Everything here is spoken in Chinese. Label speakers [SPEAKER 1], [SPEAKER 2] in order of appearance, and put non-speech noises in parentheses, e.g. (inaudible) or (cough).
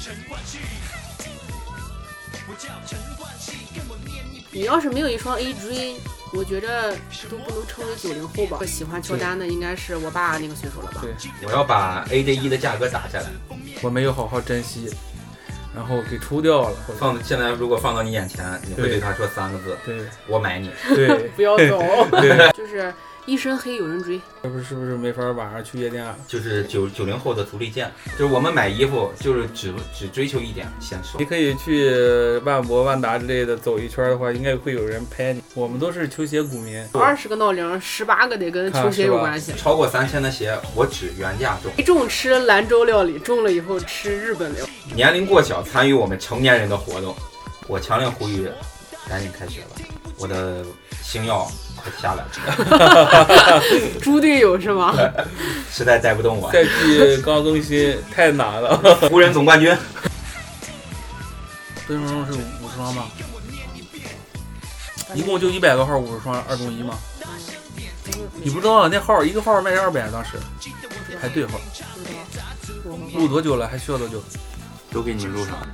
[SPEAKER 1] 陈冠希，我叫陈冠希，跟我念一
[SPEAKER 2] 你要是没有一双 AJ，我觉得都不能称为九零后吧。喜欢乔丹的应该是我爸那个岁数了吧？
[SPEAKER 3] 对
[SPEAKER 4] 我要把 AJ 一的价格打下来，
[SPEAKER 3] 我没有好好珍惜，然后给出掉了，或者
[SPEAKER 4] 放现在如果放到你眼前，你会
[SPEAKER 3] 对
[SPEAKER 4] 对他说三个字：
[SPEAKER 3] 对
[SPEAKER 4] 我买你。
[SPEAKER 3] 对
[SPEAKER 2] 不要走，
[SPEAKER 3] 对，
[SPEAKER 2] (laughs) 就是一身黑有人追。
[SPEAKER 3] 是不是是不是没法晚上去夜店了？
[SPEAKER 4] 就是九九零后的足力健，就是我们买衣服就是只只追求一点显瘦
[SPEAKER 3] 你。可以去万博、万达之类的走一圈的话，应该会有人拍你。我们都是球鞋股民，
[SPEAKER 2] 二十个闹铃，十八个得跟球鞋有关系。
[SPEAKER 4] 超过三千的鞋，我只原价中。
[SPEAKER 2] 一中吃兰州料理，中了以后吃日本料理。
[SPEAKER 4] 年龄过小参与我们成年人的活动，我强烈呼吁，赶紧开学吧！我的星耀快下来了， (laughs)
[SPEAKER 2] 猪队友是吗？
[SPEAKER 4] 实在带不动我。
[SPEAKER 3] 赛季刚更新太难了。
[SPEAKER 4] 湖人总冠军，
[SPEAKER 3] 分钟是五十双吧？一共就一百个号，五十双，二中一嘛。你不知道那号一个号卖二百，当时排队号，录多久了？还需要多久？
[SPEAKER 4] 都给你们录上了。